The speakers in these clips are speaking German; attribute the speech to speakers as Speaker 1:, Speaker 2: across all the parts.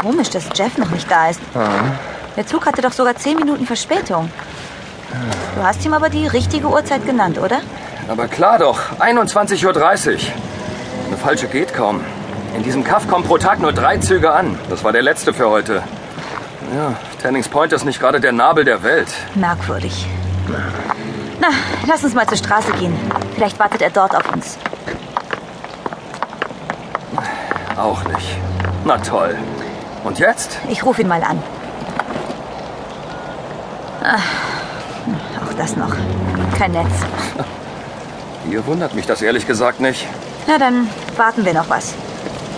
Speaker 1: Komisch, dass Jeff noch nicht da ist. Der Zug hatte doch sogar zehn Minuten Verspätung. Du hast ihm aber die richtige Uhrzeit genannt, oder?
Speaker 2: Aber klar doch, 21.30 Uhr. Eine falsche geht kaum. In diesem Kaff kommen pro Tag nur drei Züge an. Das war der letzte für heute. Ja, Tannings Point ist nicht gerade der Nabel der Welt.
Speaker 1: Merkwürdig. Na, lass uns mal zur Straße gehen. Vielleicht wartet er dort auf uns.
Speaker 2: Auch nicht. Na toll. Und jetzt?
Speaker 1: Ich rufe ihn mal an. Ah, auch das noch. Kein Netz.
Speaker 2: Ihr wundert mich das ehrlich gesagt nicht.
Speaker 1: Na, dann warten wir noch was.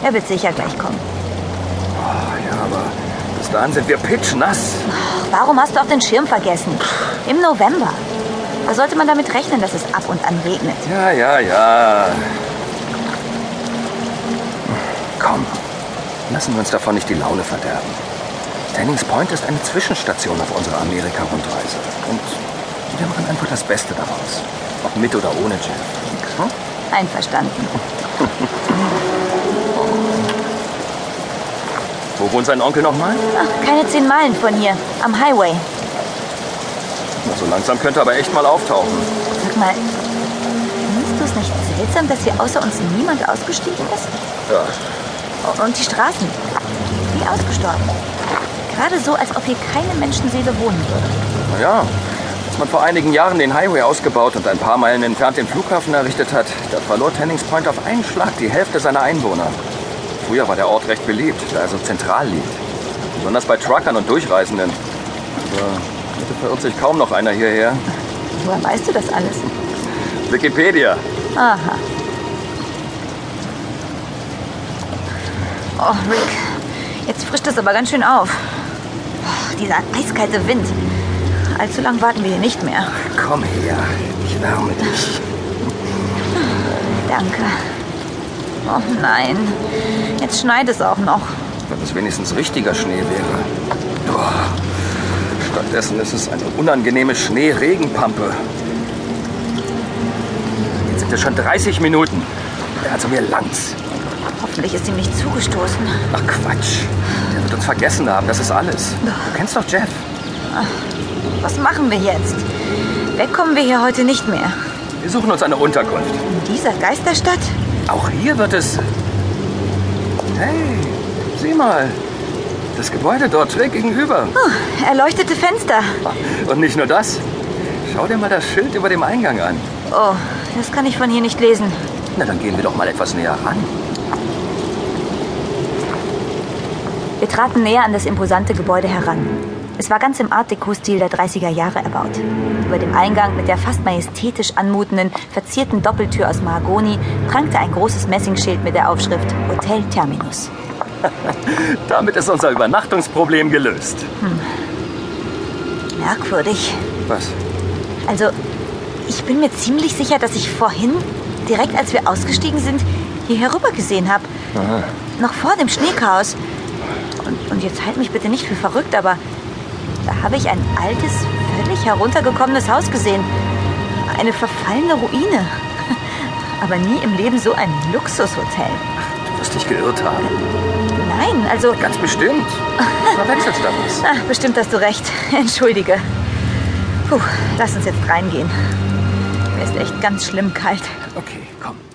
Speaker 1: Er wird sicher gleich kommen.
Speaker 2: Ach ja, aber bis dahin sind wir pitschnass.
Speaker 1: Warum hast du auch den Schirm vergessen? Im November. Da sollte man damit rechnen, dass es ab und an regnet.
Speaker 2: Ja, ja, ja. Komm, lassen wir uns davon nicht die Laune verderben. Tannings Point ist eine Zwischenstation auf unserer Amerika-Rundreise. Und wir machen einfach das Beste daraus. Ob mit oder ohne Jeff. Hm?
Speaker 1: Einverstanden.
Speaker 2: Wo wohnt sein Onkel nochmal?
Speaker 1: Ach, keine zehn Meilen von hier, am Highway.
Speaker 2: Na, so langsam könnte er aber echt mal auftauchen.
Speaker 1: Sag mal, findest du es nicht seltsam, dass hier außer uns niemand ausgestiegen ist?
Speaker 2: Ja.
Speaker 1: Und die Straßen, wie ausgestorben. Gerade so, als ob hier keine Menschenseele wohnen würde.
Speaker 2: Na ja. Als man vor einigen Jahren den Highway ausgebaut und ein paar Meilen entfernt den Flughafen errichtet hat, da verlor Tennings Point auf einen Schlag die Hälfte seiner Einwohner. Früher war der Ort recht beliebt, da er so zentral liegt. Besonders bei Truckern und Durchreisenden. Aber heute verirrt sich kaum noch einer hierher.
Speaker 1: Woher weißt du das alles?
Speaker 2: Wikipedia.
Speaker 1: Aha. Oh, Rick, jetzt frischt es aber ganz schön auf. Oh, dieser eiskalte Wind. Allzu lang warten wir hier nicht mehr.
Speaker 2: Komm her, ich wärme dich.
Speaker 1: Danke. Oh nein, jetzt schneit es auch noch.
Speaker 2: Wenn es wenigstens richtiger Schnee wäre. Boah. Stattdessen ist es eine unangenehme Schneeregenpampe. Jetzt sind es schon 30 Minuten. Also mir langs.
Speaker 1: Hoffentlich ist ihm nicht zugestoßen.
Speaker 2: Ach Quatsch. Der wird uns vergessen haben, das ist alles. Du kennst doch Jeff.
Speaker 1: Was machen wir jetzt? Wegkommen wir hier heute nicht mehr.
Speaker 2: Wir suchen uns eine Unterkunft.
Speaker 1: In dieser Geisterstadt?
Speaker 2: Auch hier wird es. Hey, sieh mal. Das Gebäude dort schräg gegenüber.
Speaker 1: Oh, erleuchtete Fenster.
Speaker 2: Und nicht nur das. Schau dir mal das Schild über dem Eingang an.
Speaker 1: Oh, das kann ich von hier nicht lesen.
Speaker 2: Na, dann gehen wir doch mal etwas näher ran.
Speaker 1: Wir traten näher an das imposante Gebäude heran. Es war ganz im Art Deco-Stil der 30er Jahre erbaut. Über dem Eingang mit der fast majestätisch anmutenden, verzierten Doppeltür aus Mahagoni prangte ein großes Messingschild mit der Aufschrift Hotel Terminus.
Speaker 2: Damit ist unser Übernachtungsproblem gelöst.
Speaker 1: Merkwürdig.
Speaker 2: Was?
Speaker 1: Also, ich bin mir ziemlich sicher, dass ich vorhin, direkt als wir ausgestiegen sind, hier herüber gesehen habe. Noch vor dem Schneechaos. Und, und jetzt halt mich bitte nicht für verrückt, aber da habe ich ein altes, völlig heruntergekommenes Haus gesehen. Eine verfallene Ruine. Aber nie im Leben so ein Luxushotel.
Speaker 2: Du wirst dich geirrt haben.
Speaker 1: Nein, also
Speaker 2: Ganz bestimmt. Du verwechselst da was.
Speaker 1: Ah, bestimmt hast du recht. Entschuldige. Puh, lass uns jetzt reingehen. Mir ist echt ganz schlimm kalt.
Speaker 2: Okay, komm.